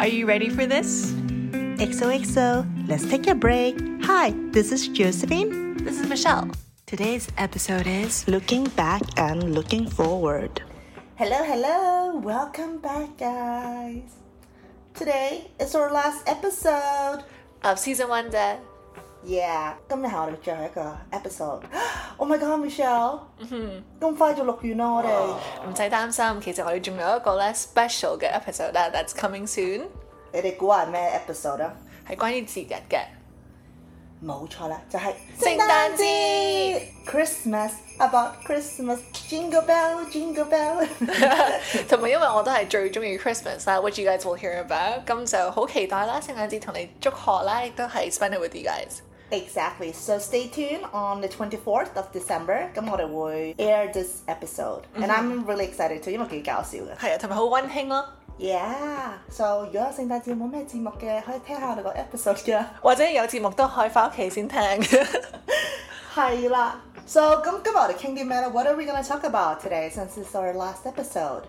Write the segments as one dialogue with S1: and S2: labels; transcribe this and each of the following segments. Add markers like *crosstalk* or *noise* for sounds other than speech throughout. S1: Are you ready for this?
S2: XOXO, let's take a break. Hi, this is Josephine.
S1: This is Michelle. Today's episode is
S2: Looking back and looking forward. Hello, hello. Welcome back, guys. Today is our last episode.
S1: of season one 啫。
S2: Yeah，今日係我哋最後一個 episode。Oh *gasps* my god，Michelle，咁快就錄完啦，我哋。
S1: 唔使擔心，其實我哋仲有一個咧 special 嘅 episode 啦，that's coming soon，
S2: 你哋估下係咩 episode 啊？
S1: 係關於節日嘅。
S2: 冇錯啦，就係
S1: 聖誕節
S2: Christmas about Christmas jingle bell jingle bell *laughs*
S1: 同埋因為我都係最中意 Christmas 啦，which you guys will hear about，咁就好期待啦！聖誕節同你祝賀啦，亦都係 spend it with you guys。
S2: exactly so stay tuned on the 24th of December 咁我哋會 air this episode and I'm really excited too 因為幾搞笑嘅
S1: 係啊，同埋好温馨咯。
S2: yeah so 如果聖誕節冇咩節目嘅可以聽下我哋個 episode 㗎
S1: 或者有節目都可以翻屋企先聽。
S2: 係啦 so 咁今日我哋傾啲咩咧 what are we gonna talk about today since it's our last episode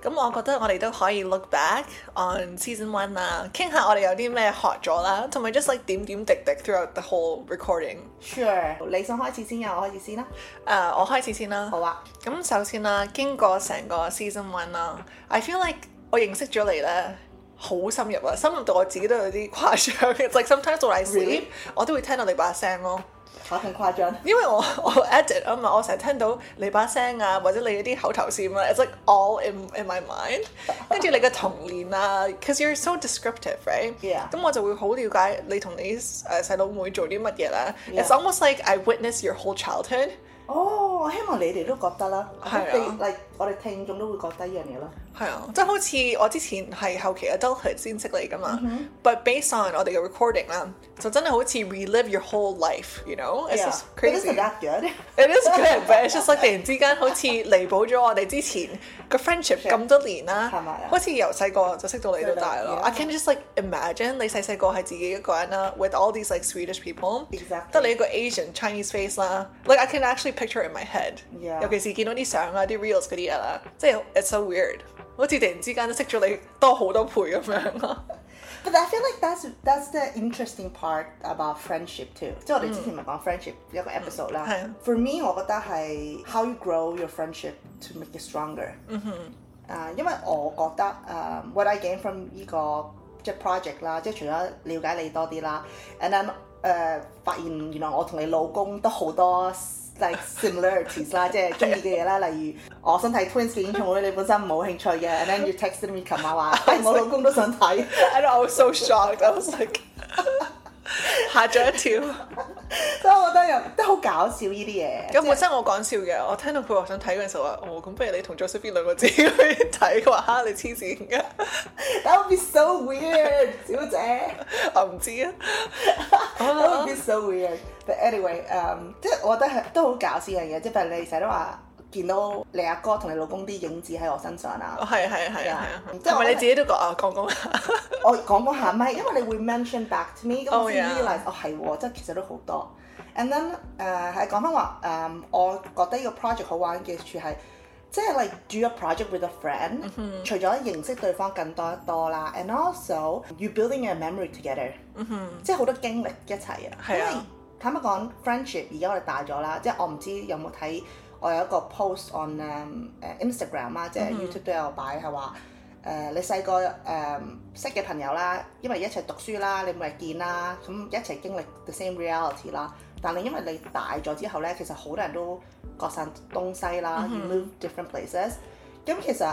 S1: 咁我覺得我哋都可以 look back on season one 啦，傾下我哋有啲咩學咗啦，同埋 just like 點點滴滴 throughout the whole recording。
S2: sure 你想開始先啊我開始先啦
S1: 誒、我開始先啦。
S2: 好啊
S1: 咁首先啦，經過成個 season one 啦，I feel like 我認識咗你咧。好深入啊！深入到我自己都有啲誇張 *laughs* 嘅，like sometimes when I sleep，、
S2: Really？
S1: 我都會聽到你把聲咯。
S2: 我咁誇張
S1: 因為我我 edit 啊 *laughs* 嘛，我成日聽到你把聲啊，或者你啲口頭禪啊，it's like all in in my mind。跟住你嘅童年啊，cause you're so descriptive，right？咁
S2: Yeah
S1: 我就會好了解你同你誒細佬妹做啲乜嘢啦。
S2: Yeah
S1: It's almost like I witness your whole childhood。
S2: 哦，我希望你哋都覺得啦，我
S1: 係啊
S2: 哋嚟我哋聽眾都會覺得呢樣嘢啦。
S1: 係啊，即係好似我之前係後期 adulthood 先識你噶嘛、b
S2: Mm-hmm。
S1: u t based on 我哋嘅 recording 啦，就真係好似 relive your whole life，you know？It's
S2: Yeah，
S1: just
S2: 佢
S1: crazy。
S2: 都成得樣
S1: It is good, but it's just like 突然之間好似彌補咗我哋之前個 friendship 咁多年啦
S2: 係咪啊，
S1: 好似由細個就識到你到大咯。
S2: 係啦
S1: I can just like imagine 你細細個係自己一個人啦，with all these like Swedish people，
S2: Exactly
S1: 得你一個 Asian Chinese face 啦，like I can actually picture in my head。
S2: Yeah
S1: 尤其是見到啲相啊、啲 reels 嗰啲嘢啦，即係 it's so weird，好似突然之間都識咗你多好多倍咁樣咯。
S2: But I feel like that's that's the interesting part about friendship too。即係我哋之前咪講 friendship 一個 episode 啦
S1: 係啊。
S2: For me，我覺得係 how you grow your friendship to make it stronger。嗯哼。啊，因為我覺得誒，what I gain from 呢個即係 project 啦，即係除咗了解你多啲啦，and then 誒發現原來我同你老公都好多。like similarities 啦， *laughs* 即係中意嘅嘢啦，例如我想睇 Twins 嘅演唱會，你本身冇興趣嘅，and then you texted me 琴晚話，哎我老公都想睇。
S1: *laughs* I know I was so shocked. I was like *laughs* 嚇咗一跳。
S2: 所以我覺得又都好搞笑呢啲嘢。
S1: 咁本身我講笑嘅，我聽到佢話想睇嗰陣時候話，哦，咁不如你同 Josephine 兩個自己去 *laughs* 睇，佢話嚇你黐線㗎，
S2: That would be so weird，小姐。
S1: *laughs* 我唔知啊。
S2: That
S1: 哦
S2: would be so weird。But anyway，um, 即係我覺得係都好搞笑嘅嘢，即係譬如你成日都話見到你阿哥同你老公啲影子喺我身上啦
S1: 哦，。係係係啊係啊，
S2: 即係
S1: 係
S2: 我
S1: 咪你自己都覺啊講講下？
S2: 我講講下咪，因為你會 mention back to me，咁
S1: Oh,
S2: 我先
S1: yeah.
S2: realize 哦係喎，即係其實都好多。And then 誒係講翻話誒，我覺得呢個 project 好玩嘅處係，即係 like do a project with a friend，、除
S1: 嗯
S2: 咗認識對方更多一多啦，and also you building a memory together，、即係好多經歷一齊啊。
S1: 嗯係啊
S2: 因為坦白講，friendship 而家我哋大咗啦，即係我唔知有冇睇我有一個 post on 誒、誒 Instagram 啊，即係 YouTube 都有擺係話誒你細個誒識嘅朋友啦，因為一齊讀書啦，你每日見啦，咁一齊經歷 the same reality 啦。但係因為你大咗之後咧，其實好多人都各散東西啦、you move different places，咁其實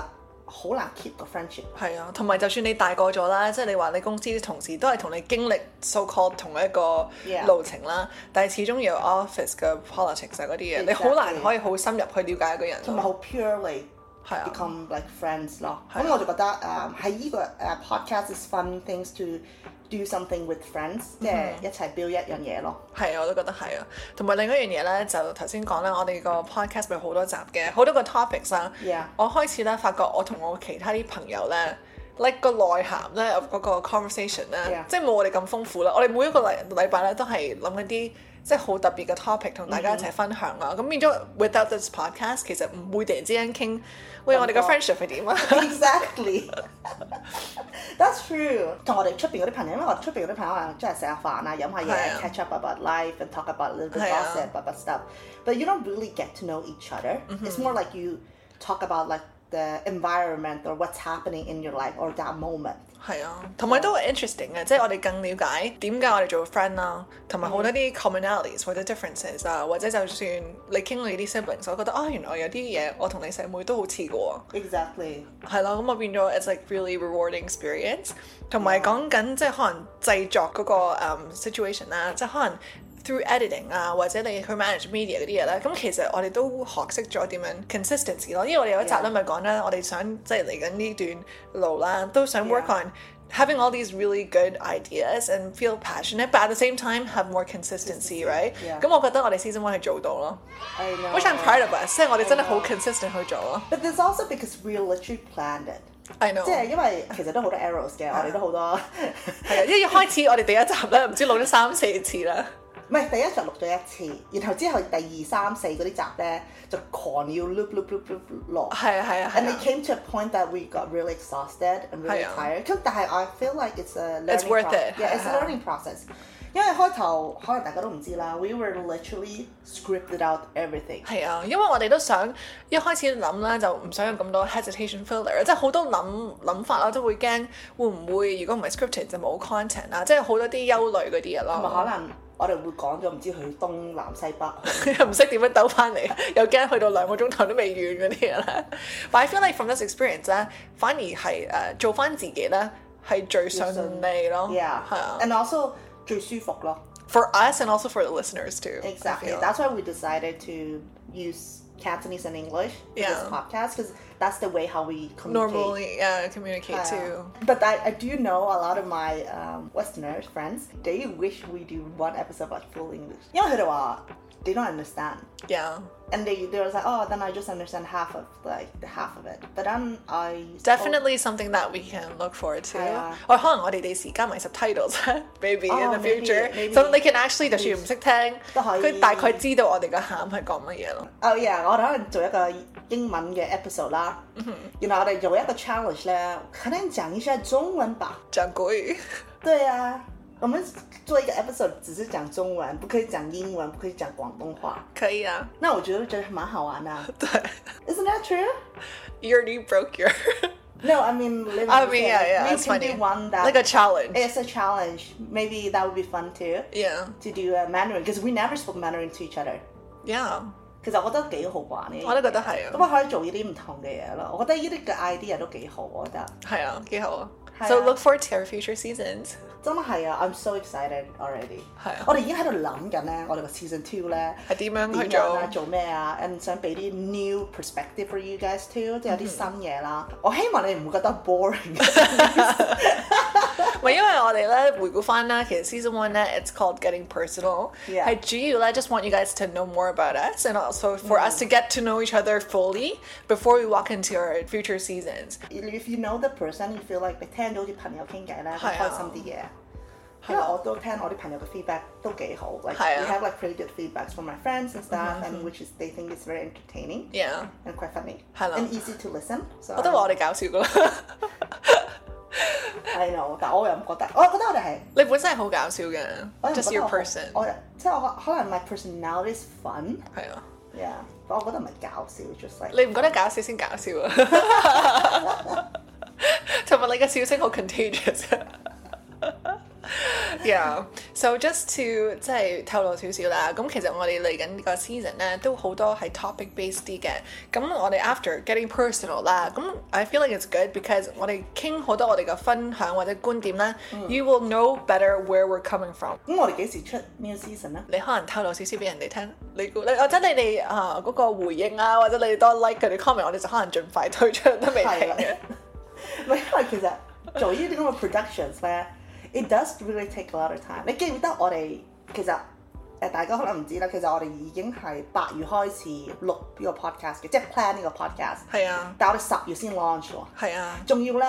S2: 好難 keep 個 friendship。
S1: *laughs* 係啊，同埋就算你大個咗啦，即係你話你公司啲同事都係同你經歷 so called 同一個
S2: Yeah
S1: 路程啦但係始終有 office 嘅 politics 啊嗰啲嘢，你好難
S2: Exactly
S1: 可以好深入去了解一個人
S2: 同
S1: 咯。
S2: 埋好 purely
S1: 係啊
S2: become like friends 咯。
S1: 係啊
S2: 咁我就覺得誒喺呢個誒 podcast is fun things to do something with friends，即係一齊 build 一樣嘢咯。
S1: 係，我都覺得係啊。同埋另一樣嘢咧，就頭先講啦，我哋個 podcast 咪好多集嘅，好多個 topics 啦。
S2: 嗯 Yeah
S1: 我開始咧發覺，我同我其他啲朋友咧，like 個內涵咧，嗰個 conversation 咧
S2: Yeah
S1: 即係冇我哋咁豐富啦。我哋每一個禮禮拜咧都係諗緊啲即係好特別嘅 topic 同大家一
S2: Mm-hmm
S1: 齊分享啊。咁、變咗 without this podcast，其實唔會突然之間傾，喂，我哋嘅
S2: 咁多
S1: friendship 係點啊？
S2: Exactly， That's true。同我哋出邊嗰啲朋友，因為我哋出邊嗰啲朋友可能真係食下飯啊、飲下
S1: 係啊
S2: 嘢、catch up about life and talk about little bit
S1: 係啊
S2: gossip about stuff。But you don't really get to know each other. It's more like you talk about like the environment or what's happening in your life or that moment。
S1: 係啊，同埋都好 interesting 嘅，即係我哋更了解點解我哋做 friend 啦，同埋好多啲 commonalities 或者 differences 啊，或者就算你傾你啲 siblings，我覺得啊原來有啲嘢我同你細妹都好似嘅喎。
S2: Exactly。
S1: 係啦，咁我變咗 it's like really rewarding experience，同埋講緊即係可能製作嗰、個、um, situation 啦，即係可能 through editing 啊，或者你去 manage media 嗰啲嘢咧，咁其實我哋都學識咗點樣 consistency 咯，因為我哋有一集咧
S2: Yeah.
S1: 咪講咧，我哋想即係嚟緊呢段路啦，都想 work
S2: Yeah.
S1: on。Having all these really good ideas and feel passionate, but at the same time have more consistency, right?
S2: Yeah.
S1: 咁、我覺得我哋 season one 係做到咯
S2: I know。
S1: ，which I'm proud of us，即係我哋真係好
S2: I know.
S1: consistent 去做咯。
S2: But there's also because we literally planned it。
S1: I know。
S2: 即係因為其實都好多 errors 嘅，我哋都好多。
S1: *laughs* 係啊，因為一開始我哋第一集咧，唔知錄咗三四次啦。
S2: 唔係第一集錄咗一次，然後之後第二三四嗰啲集咧就狂要 loop loop loop loop 落。
S1: 係啊係啊
S2: And
S1: 係
S2: it
S1: 啊
S2: came to a point that we got really exhausted and
S1: 係
S2: really
S1: 啊。
S2: tired. 咁但係 I feel like it's a learning
S1: It's worth
S2: process.
S1: it，*laughs*
S2: Yeah, it's
S1: 係
S2: a
S1: 啊
S2: learning process. 因為開頭可能大家都唔知啦，we were literally scripted out everything。
S1: 係啊，因為我哋都想一開始諗啦，就唔想有咁多 hesitation filler，即係好多諗諗法啦，都會驚會唔會如果唔係 scripted 就冇 content 啊，即係好多啲憂慮嗰啲嘢
S2: 同
S1: *laughs*
S2: 埋
S1: 咯。
S2: 可能我哋會講咗唔知去東南西
S1: *laughs*
S2: 北。
S1: 唔識點樣兜翻嚟，又驚去到兩個鐘頭都未完嗰啲嘢咧。But I feel like from this experience 咧，反而係誒、呃做翻自己咧係最順利咯。
S2: Yeah，
S1: 係啊
S2: And also 最舒服咯。
S1: ，for us and also for the listeners too. I
S2: Exactly.
S1: feel.
S2: That's why we decided to use Cantonese and English for
S1: Yeah.
S2: this podcast because that's the way how we communicate.
S1: normally yeah, communicate
S2: Yeah.
S1: too.
S2: But I, I do know a lot of my um, Westerners friends, they wish we do one episode about full English. You know, they don't understand.
S1: Yeah,
S2: And they, they was like, oh, then I just understand half of like the half of it. But then I
S1: definitely something that we can look forward to.
S2: Yeah.
S1: Or 可能我哋第時加埋 subtitles *laughs* maybe in
S2: Oh,
S1: the
S2: maybe-
S1: future.
S2: maybe.
S1: So they can actually 就算唔識聽，
S2: 都可以。
S1: 佢大概知道我哋嘅喊係講乜嘢咯。
S2: 哦、yeah，我哋 Oh, 可能做一個英文嘅 episode 啦，
S1: Mm-hmm.
S2: 然後我哋做一個 challenge 咧，可能講一下中文吧。
S1: *laughs* 掌櫃。
S2: 对啊，我们做一个 episode 只是讲中文，不可以讲英文，不可以讲广东话。那我觉得觉得蛮好玩的、啊，Isn't that true?
S1: You already broke *laughs*
S2: *laughs*
S1: your
S2: No, I mean, living
S1: I mean
S2: in-
S1: yeah yeah
S2: we
S1: it's
S2: can
S1: funny
S2: do one that
S1: like a challenge
S2: it's a challenge. Maybe that would be fun too
S1: yeah
S2: to do a Mandarin because we never spoke Mandarin to each other.
S1: yeah
S2: 其實我覺得幾好玩嘅，
S1: 我都覺得係啊，
S2: 咁啊可以做呢啲唔同嘅嘢咯。我覺得呢啲嘅 idea 都幾好，我覺得
S1: 係啊，幾好啊。
S2: 係啊。
S1: So look forward to our future seasons
S2: 真係啊！I'm so excited already。
S1: 係啊
S2: 我哋已經喺度諗緊咧，我哋個 season two 咧。
S1: 係點樣去
S2: 點樣
S1: 做。
S2: 啦，做咩啊？and 想俾啲 new perspective for you guys too，即係有啲新嘢啦。我希望你唔會覺得 boring *laughs*
S1: 唔係因為我哋咧回顧翻啦，其實 season one 咧，it's called getting personal，係
S2: Yeah.
S1: 主要咧 just want you guys to know more about us and also for us to get to know each other fully before we walk into our future seasons。
S2: If you know the person, you feel like 你聽到啲朋友傾偈咧，
S1: 係啊
S2: 開心啲嘢。因為我都聽我啲朋友嘅 feedback 都幾好，like
S1: 係啊
S2: we have like pretty good feedbacks from my friends and
S1: Uh-huh,
S2: stuff, and which is they think is very entertaining
S1: Yeah，
S2: and quite funny
S1: 係啦
S2: and easy to listen.
S1: 我都話我哋搞笑噶 *laughs* 啦，
S2: I know，但我又唔覺得，我覺得我哋係
S1: 你本身係好搞笑嘅
S2: 我又唔覺
S1: ，just
S2: 得
S1: your
S2: 我好
S1: person，
S2: 我即係我可能 my personality is fun，yeah，
S1: 係啊，
S2: 但我覺得唔係搞笑，just like
S1: 你唔覺得搞笑先搞笑啊？ *laughs* 同埋你嘅笑聲好 contagious。yeah, so just to 即係透露少少啦。咁其實我哋嚟緊呢個 season 咧，都好多係 topic based 啲嘅。咁我哋 after getting personal 啦，咁 I feel like it's good because 我哋傾好多我哋嘅分享或者觀點啦。You will know better where we're coming from。
S2: 咁我哋幾時出 new season 啊
S1: *laughs* 你
S2: 咧？
S1: 可能透露少少俾人哋聽，你估你或者你哋啊嗰個回應啊，或者你多 like 佢哋 comment，我哋就可能盡快推出都未
S2: 係啊
S1: 定
S2: 啦
S1: 嘅。
S2: *laughs* 唔係因為其實做呢啲咁嘅 productions 咧，it does really take a lot of time。你記唔記得我哋其實誒、呃大家可能唔知啦，其實我哋已經係八月開始錄呢個 podcast 嘅，即係 plan 呢個 podcast。
S1: 係啊，
S2: 但係我哋十月先 launch 喎，
S1: 係啊，
S2: 仲要咧，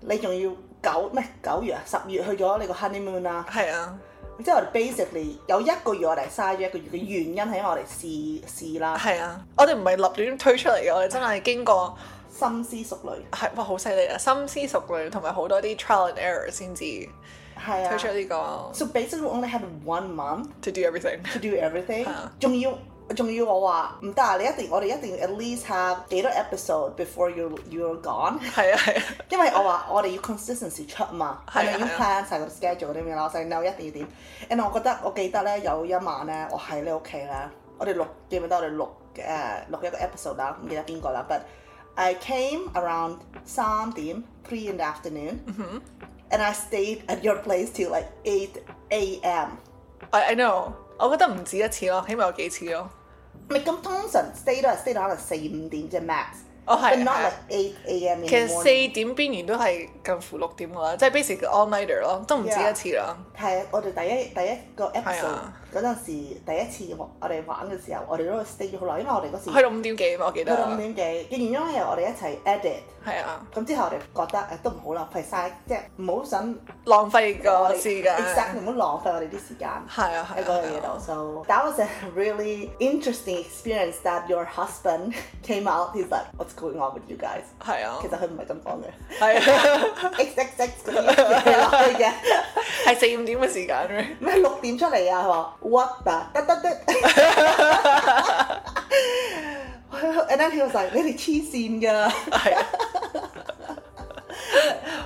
S2: 你仲要九咩九月啊，十月去咗你個 honeymoon 啦。
S1: 係啊，
S2: 即係我哋 basically 有一個月我哋嘥咗一個月嘅原因係因為我哋試試啦。
S1: 係啊，我哋唔係立亂推出嚟嘅，我哋真係經過
S2: 深思熟慮，
S1: 係哇好犀利啊！深思熟慮同埋好多啲 trial and error 先至
S2: 係
S1: 推出
S2: 啊。
S1: 呢個
S2: So basically we only had one month
S1: to do everything。
S2: to do everything
S1: 啊
S2: 仲要仲要我話唔得啊！你一定我哋一定要 at least have 幾多 episode before you you're gone。
S1: 係啊係啊，
S2: 因為我話我哋要 consistency 出嘛，
S1: 係啊
S2: 我哋要
S1: 係
S2: plan 晒個 schedule 嗰啲咩啦，我細 no 一定要點。And 我覺得我記得咧有一晚咧，我喺你屋企咧，我哋錄記唔記得我哋錄誒、呃、錄一個 uh, episode 啦，唔記得邊個啦。But I came around 三點 three in the afternoon、and I stayed at your place till like eight a.m.
S1: I I know，我覺得唔止一次咯，起碼有幾次咯。
S2: 咪咁通常 stay 都係 stay 到可能四五點啫 max，
S1: 哦係
S2: but not
S1: 係
S2: like eight a.m. in
S1: 其
S2: the
S1: 實四
S2: morning。
S1: 點邊緣都係近乎六點噶啦，即係 basic all nighter 咯，都唔止一次啦。
S2: 係我哋第一第一個 episode
S1: 啊
S2: 嗰陣時，第一次我哋玩嘅時候，我哋都 stay 咗好耐，因為我哋嗰時
S1: 去到五點幾嘛，我記
S2: 去到五
S1: 得。
S2: 點幾，嘅原因係我哋一齊 edit，
S1: 係啊，
S2: 咁之後我哋覺得誒都唔好浪費晒，即係唔好想
S1: 浪費
S2: 我
S1: 個
S2: 哋
S1: 時間。
S2: exactly 唔好浪費我哋啲時間
S1: 係啊係啊
S2: 喺嗰個
S1: 係
S2: 嘢
S1: 啊
S2: 度。。So that was a really interesting experience that your husband *laughs* came out. He's like, what's going on with you guys？
S1: 係啊
S2: 其實佢唔係咁講嘅
S1: 係啊，
S2: ，X X X 嗰啲嘢落去嘅。
S1: 係四五點嘅時間
S2: *laughs*
S1: 咩？
S2: 咩六點出嚟啊？佢話 what the 得得得。And then he was like，你哋黐線㗎。
S1: 係啊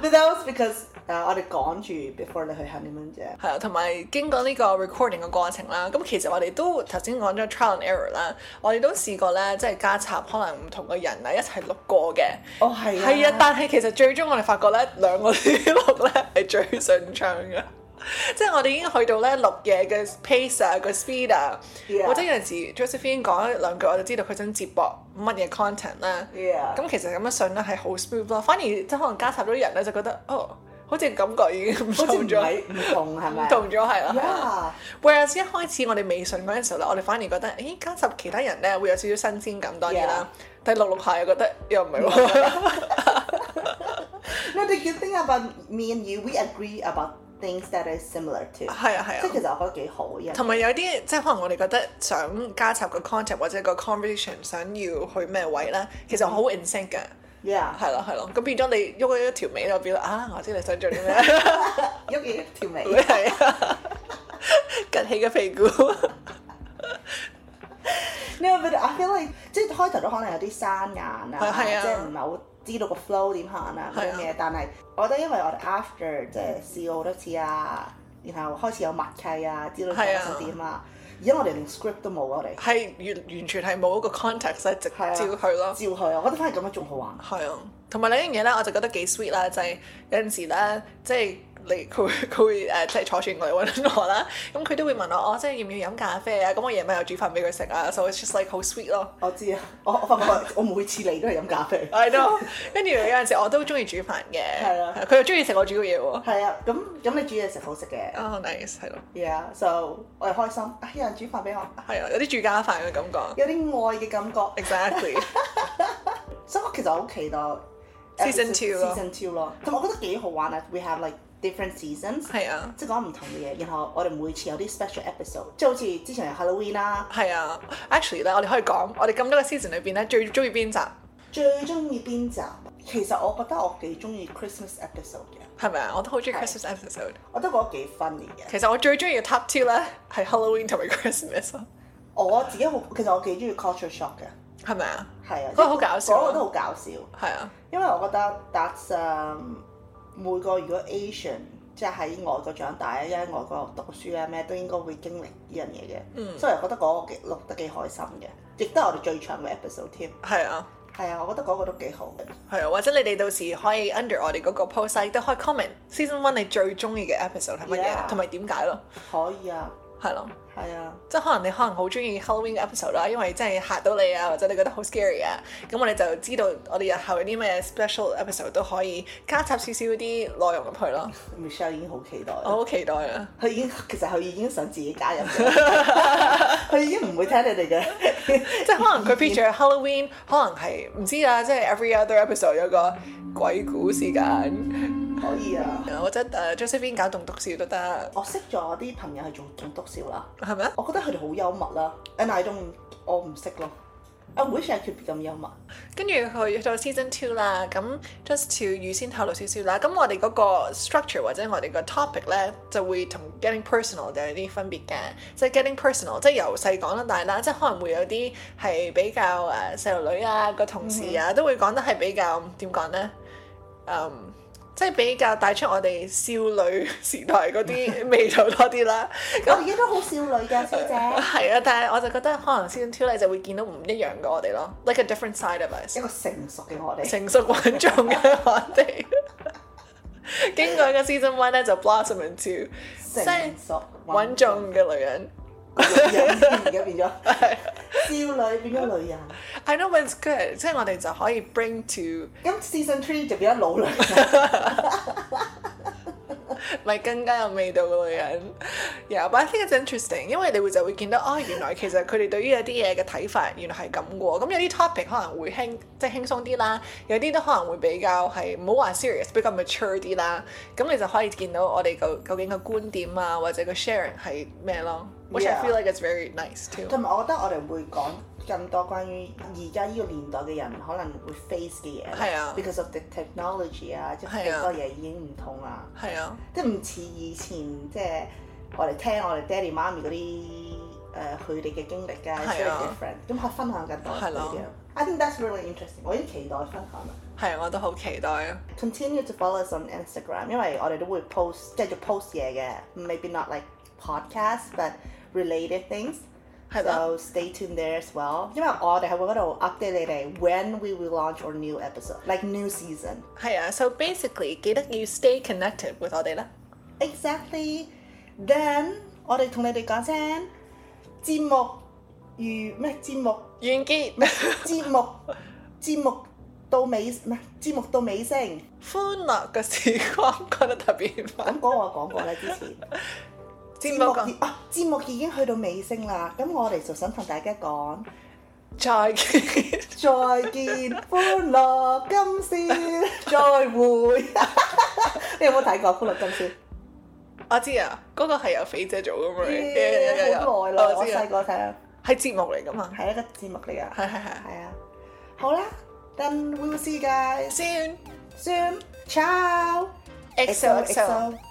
S2: But that was because 誒、我哋趕住 before 你去 honeymoon 啫。
S1: 係啊，同埋經過呢個 recording 嘅過程啦，咁其實我哋都頭先講咗 trial and error 啦，我哋都試過咧，即係加插可能唔同嘅人啊一齊錄過嘅。
S2: 哦係啊。
S1: 係啊，但係其實最終我哋發覺咧，兩個呢啲錄咧係最順暢嘅， *laughs* 即係我哋已經去到咧錄嘢嘅 pace 啊，個 speed 啊
S2: Yeah.
S1: 或者有陣時 Josephine 講一兩句，我就知道佢想接駁乜嘢 content 啦。
S2: Yeah.
S1: 咁其實咁樣順咧係好 smooth 咯，反而即係可能加插咗人咧就覺得哦，好似感覺已經唔
S2: 好似唔
S1: 同咗，
S2: 係唔同係咪？
S1: 唔同咗係啦係啦。
S2: Yeah。
S1: Whereas 一開始我哋微信嗰陣時候咧，我哋反而覺得，咦加插其他人咧會有少少新鮮感當然啦。但係錄錄下又覺得又唔係喎。
S2: No, the good thing about me and you, we agree about things that are similar to。
S1: 係啊係啊
S2: 即係其實我覺得幾好嘅。
S1: *laughs* 同埋有啲即係可能我哋覺得想加插個 concept 或者個 conversation 想要去咩位咧，其實好 in sync 嘅，
S2: Yeah。
S1: 嗯係咯係咯。咁變咗你喐一條尾就變咗啊！我知你想做啲咩，
S2: 喐嘢條
S1: *laughs*
S2: 尾。
S1: 係啊，趌起個屁股，
S2: No, but I feel like 即係開頭都可能有啲生硬啊，
S1: 係係啊
S2: 即係唔係好知道個 flow 點行啊嗰
S1: 係
S2: 啲
S1: 啊
S2: 嘢。但係我覺得因為我哋 after 即係試過好多次啊，然後開始有默契啊，知道
S1: 係啊
S2: 想點啊。而家我哋連 script 都冇啊，我哋
S1: 係完完全係冇一個 context 咧，直
S2: 係啊
S1: 照佢咯。
S2: 照佢啊，我覺得反而咁樣仲好玩。
S1: 係啊，同埋另一樣嘢咧，我就覺得幾 sweet 啦，就係、有陣時咧，即係你 *laughs* 佢會佢會誒即係坐住我嚟揾我啦，咁佢都會問我，我哦即係要唔要飲咖啡啊？咁我夜晚又煮飯俾佢食啊，so it's just like 好 sweet 咯。
S2: 我知啊， *laughs* 我我發覺我每次嚟都係飲咖
S1: *laughs*
S2: 啡。
S1: I know，跟
S2: *laughs*
S1: 住有陣時我都中意煮飯嘅，
S2: 係啊
S1: 佢又中意食我煮嘅嘢喎。
S2: 係啊，咁咁你煮嘢食好食嘅
S1: 哦、nice，係咯，
S2: ，yeah，so 我又開心，啊有人煮飯俾我，啊
S1: 係啊，有啲住家飯嘅感覺。
S2: 有啲愛嘅感覺。 *laughs*
S1: Exactly，
S2: 所以我其實好期待呃
S1: Season two 咯
S2: season two 咯，同埋我覺得幾好玩啊！We have like different seasons，
S1: 係啊，
S2: 即係講唔同嘅嘢，然後我哋每次有啲 special episode，即係好似之前有 Halloween 啦，
S1: 係啊。Actually 咧，我哋可以講，我哋咁多個 season 裏邊咧，最中意邊集
S2: 最中意邊集？啊其實我覺得我幾中意 Christmas episode 嘅，
S1: 係咪啊？我都好中意
S2: 係
S1: Christmas episode。
S2: 我都覺得幾 funny 嘅。
S1: 其實我最中意嘅 top two 咧係 Halloween 同埋 Christmas 咯，
S2: 我自己好，其實我幾中意 culture shock 嘅，
S1: 係咪啊？
S2: 係啊，
S1: 嗰個好搞笑啊
S2: 嗰個都好搞笑，
S1: 係啊，
S2: 因為我覺得 that's 嗯每個如果 Asian 即係喺外國長大啊，因為外國讀書啊咩都應該會經歷呢樣嘢嘅，所以我覺得嗰個幾錄得幾開心嘅，亦都係我哋最長嘅 episode 添。
S1: 係啊。
S2: 係啊，我覺得嗰個都幾好嘅。
S1: 係啊，或者你哋到時可以 under 我哋嗰個 post 亦都可以 comment season one 你最中意嘅 episode 係乜
S2: Yeah
S1: 嘢，同埋點解咯，
S2: 可以啊，
S1: 係咯。
S2: 係啊，
S1: 即係可能你可能好中意 Halloween 嘅 episode 啦，因為真係嚇到你啊，或者你覺得好 scary 啊，咁我哋就知道我哋日後有啲咩 special episode 都可以加插少少啲內容入去咯。
S2: Michelle 已經好期待啦。
S1: 我好期待啊！
S2: 佢已經其實佢已經想自己加入嘅，佢已經唔會聽你哋嘅。 *laughs*
S1: 即係可能佢 feature Halloween，可能係唔知啊，即係 every other episode 有個鬼故時間，
S2: 可以啊，
S1: 或者誒 Josephine 搞棟篤笑都得，
S2: 我識咗啲朋友係做棟篤笑啦，
S1: 係咪啊？
S2: 我覺得佢哋好幽默啦。And I don't，我唔識咯。
S1: 嗯
S2: I wish I could be 咁幽默。
S1: 跟住去到 season two 啦，咁 just to 預先透露少少啦。咁我哋嗰個 structure 或者我哋個 topic 咧，就會同 getting personal 就有啲分別嘅。即係 getting personal，即係由細講到大啦，即係可能會有啲係比較誒細路女啊、個同事啊，都會講得係比較點講咧，嗯。即係比較帶出我哋少女時代嗰啲味道多啲啦，
S2: 我
S1: 咁
S2: 而家都好少
S1: *laughs*
S2: 女㗎，小姐，
S1: 係啊，但係我就覺得可能 season two 咧就會見到唔一樣嘅我哋咯，like a different side of us
S2: 一。個成熟嘅我哋。
S1: 成熟穩重嘅我哋。經過嘅 season one 咧就 blossom into 即係
S2: 成熟
S1: 穩重嘅女人。 *laughs*
S2: 女人而家變咗少女變咗女人，
S1: I know it's good，即係我哋就可以 bring to
S2: 咁 season three 就變咗老女人。
S1: *laughs* 咪更加有味道嘅女人。Yeah，but *laughs* I think it's interesting，因為你會就會見到哦，原來其實佢哋對於有啲嘢嘅睇法原來係咁嘅喎。咁有啲 topic 可能會輕即係輕鬆啲啦，有啲都可能會比較係唔好話 serious，比較 mature 啲啦。咁你就可以見到我哋個究竟個觀點啊，或者個 sharing 係咩咯。Which I
S2: Yeah.
S1: feel like it's very nice too。
S2: 同埋我覺得我哋會講更多關於而家呢個年代嘅人可能會 face 嘅嘢，
S1: 係啊
S2: ，because of the technology 啊，即
S1: 係
S2: 係
S1: 啊
S2: 好多嘢已經唔同啦，
S1: 係啊，
S2: 即係唔似以前即係我哋聽我哋爹哋媽咪嗰啲誒佢哋嘅經歷㗎
S1: 係啊
S2: ，very different，咁可以分享更多
S1: 係咯
S2: 呢啲。I think that's really interesting，我已經期待分享啦。
S1: 係啊，我都好期待啊！
S2: continue to follow us on Instagram，因為我哋都會 post 繼續 post 嘢嘅，maybe not like podcast，but related things。
S1: 係啦
S2: So stay tuned there as well，因為我哋係會嗰度 update 你哋 when we will launch our new episode，like new season。
S1: 係啊，so basically 記得要 stay connected with 我哋啦。
S2: Exactly。Then 我哋同你哋講聲節目如咩節目
S1: 完結，
S2: 節目節目到尾咩節目到尾聲。
S1: 歡樂嘅時光 *laughs* 過得特別快。
S2: 咁講我講過啦之前。
S1: 節目
S2: 節目已
S1: 講
S2: 啊，節目已經去到尾聲啦，咁我哋就想同大家講
S1: 再見，
S2: 再見，歡樂今宵，再會。 *laughs* 你有冇睇過《歡樂今宵》？
S1: *laughs* 我知啊，嗰個係由肥姐做噶嘛，有有有有
S2: 好耐啦，
S1: 我
S2: 我
S1: 知
S2: 細
S1: 啊，
S2: 個睇，
S1: 係節目嚟噶嘛，
S2: 係一個節目嚟㗎。
S1: 係係係。
S2: 係啊，好啦，then we will see you guys
S1: Soon
S2: soon，ciao。
S1: XOXO。